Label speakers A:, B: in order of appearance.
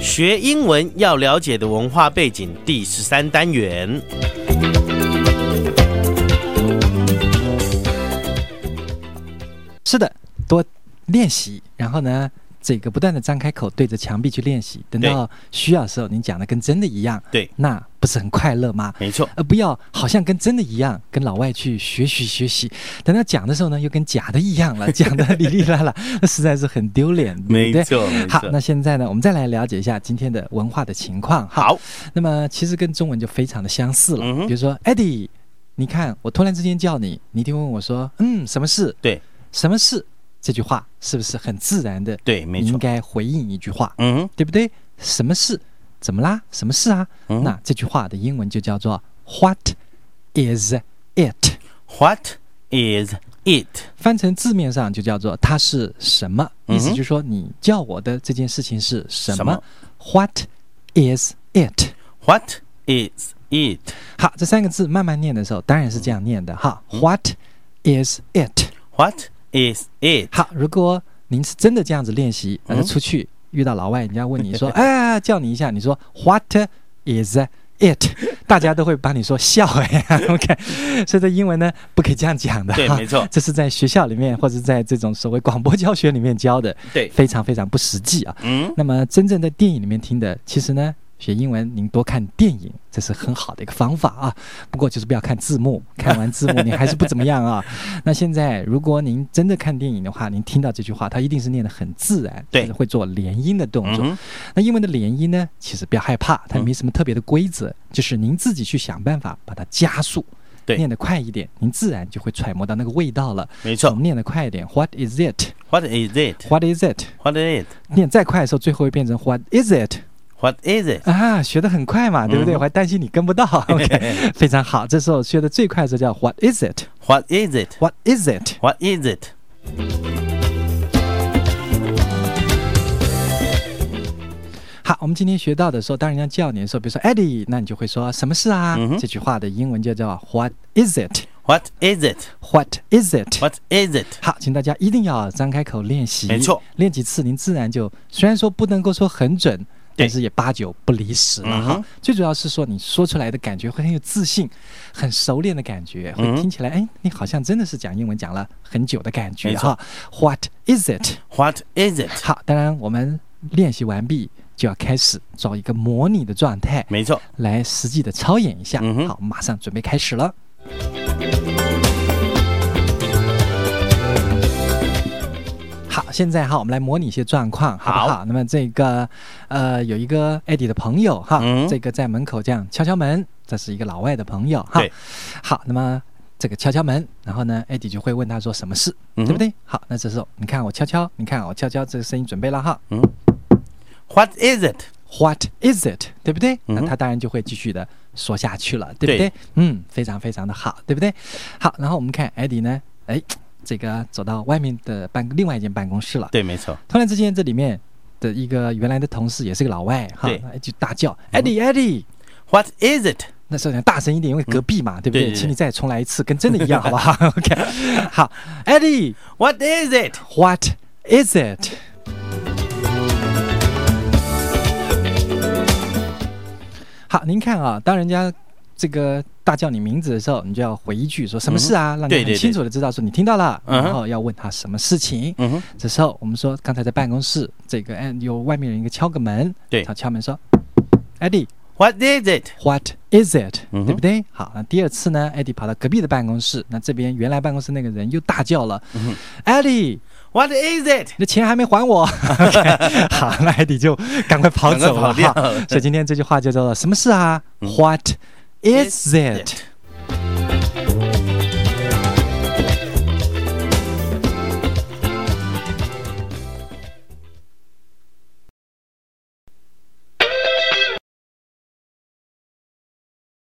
A: 学英文要了解的文化背景第十三单元。
B: 是的，多练习，然后呢，这个不断的张开口对着墙壁去练习，等
A: 对
B: 到需要的时候，你讲的跟真的一样，
A: 对，
B: 那不是很快乐吗？呃
A: 没错，
B: 而不要好像跟真的一样，跟老外去学习学习，等到讲的时候呢，又跟假的一 样了，讲的哩哩啦啦，那实在是很丢脸，对
A: 没
B: 不对？
A: 错，没
B: 好，那
A: 错。
B: 现在呢，我们再来了解一下今天的文化的情况。哈，
A: 好，
B: 那么其实跟中文就非常的相似了。
A: 嗯哼
B: 比如说，Eddie，你看我突然之间叫你，你一定问我说，嗯，什么事？
A: 对，
B: 什么事？这句话是不是很自然的？
A: 对，没
B: 你应
A: 错。
B: 该回应一句话，
A: 嗯
B: 对不对？什么事？怎么啦？什么事啊？
A: 嗯
B: 那这句话的英文就叫做 What is it？
A: ，What is it？
B: 翻成字面上就叫做它是什么，意
A: 嗯哼
B: 思就是说你叫我的这件事情是什么
A: 什么
B: w h a t is it？
A: What is it?
B: 好，这三个字慢慢念的时候，当然是这样念的
A: 嗯
B: 哈。What is it？
A: What is it?
B: 好，如果您是真的这样子练习，那就
A: 嗯
B: 出去遇到老外，人家问你 说，哎，叫你一下，你说 What is it？大家都会把你说笑哎 ，OK，所以这英文呢不可以这样讲的
A: 对，
B: 哈
A: 没。 错，
B: 这是在学校里面或者在这种所谓广播教学里面教的，
A: 对，
B: 非常非常不实际啊。
A: 嗯，
B: 那么真正在电影里面听的，其实呢，学英文您多看电影，这是很好的一个方法啊。不过就是不要看字幕，看完字幕你还是不怎么样 啊。那现在如果您真的看电影的话，您听到这句话，它一定是念得很自然，
A: 对
B: 就是会做连音的动
A: 嗯
B: 作。
A: 哼，
B: 那英文的连音呢，其实不要害怕，它
A: 嗯
B: 没什么特别的规则，就是您自己去想办法把它加速。
A: 对
B: 念得快一点，您自然就会揣摩到那个味道了。
A: 没
B: 我
A: 错
B: 们。念得快一点，What is it?
A: What is it?
B: What is it?
A: What is it?
B: 念再快的时候，最后会变成 What is it?
A: What is it?
B: 啊，学得很快嘛，对不对？
A: 嗯
B: 我还担心你跟 不到。OK，非常好。这时候学得最快的时候叫 What is it?
A: What is it?
B: What is it?
A: What is it?
B: 好，我们今天学到的时候，当人家叫你的时候，比如说 Eddie，那你就会说什么事啊？
A: 嗯哼
B: 这句话的英文就叫 What is it?
A: What is it?
B: What is it?
A: What is it?
B: 好，请大家一定要张开口练习，
A: 没错，
B: 练几次您自然就，虽然说不能够说很准，但
A: 对
B: 是也八九不离十了哈。
A: 嗯哼
B: 最主要是说你说出来的感觉会很有自信，很熟练的感觉，会
A: 嗯哼
B: 听起来哎，你好像真的是讲英文讲了很久的感觉
A: 没错
B: 哈。What is it？
A: What is it?
B: 好，当然我们练习完毕就要开始找一个模拟的状态
A: 没错。
B: 来实际的操演一下。
A: 嗯哼
B: 好，马上准备开始了。好，现在哈，我们来模拟一些状况，好不好？那么这个，呃，有一个 Eddie 的朋友哈，
A: 嗯
B: 这个在门口这样敲敲门，这是一个老外的朋友哈
A: 对。
B: 好，那么这个敲敲门，然后呢，Eddie 就会问他说什么事，
A: 嗯哼
B: 对不对？好，那这时候你看我敲敲，你看我敲敲，这个声音准备了哈。
A: 嗯，What is it?
B: What is it？对不对？
A: 嗯
B: 那
A: 哼
B: 他当然就会继续的说下去了，对不对？
A: 对
B: 嗯，非常非常的好，对不对？好，然后我们看艾迪呢，哎，这个走到外面的办另外一间办公室了。
A: 对，没错。
B: 突然之间，这里面的一个原来的同事也是个老外哈
A: 对，
B: 哎就大叫艾迪艾迪。
A: What is it?
B: 那时候想大声一点，因为隔壁嘛，对不
A: 对对对
B: 请你再重来一次，跟真的一样，好不 好？OK，好，艾迪
A: What is it?
B: ，What is it？好，您看啊，当人家这个大叫你名字的时候，你就要回一句说什么事啊，让
A: 嗯对
B: 你
A: 对
B: 很
A: 对
B: 清楚的知道说你听到了，
A: 嗯哼
B: 然后要问他什么事情。
A: 嗯哼，
B: 这时候我们说刚才在办公室，这个哎有外面人一个敲个门，
A: 对
B: 他敲门说，Eddie。
A: What is it?
B: What is it？、
A: 嗯哼
B: 对不对？好，那第二次呢？艾迪跑到隔壁的办公室，那这边原来办公室那个人又大叫了：“
A: 嗯
B: 艾迪、
A: What is it?
B: 你的钱还没还 我。OK，好，那艾迪就赶快跑
A: 赶
B: 走了
A: 快跑掉
B: 哈。所以今天这句话叫做什么事啊、
A: 嗯
B: w h a t is it？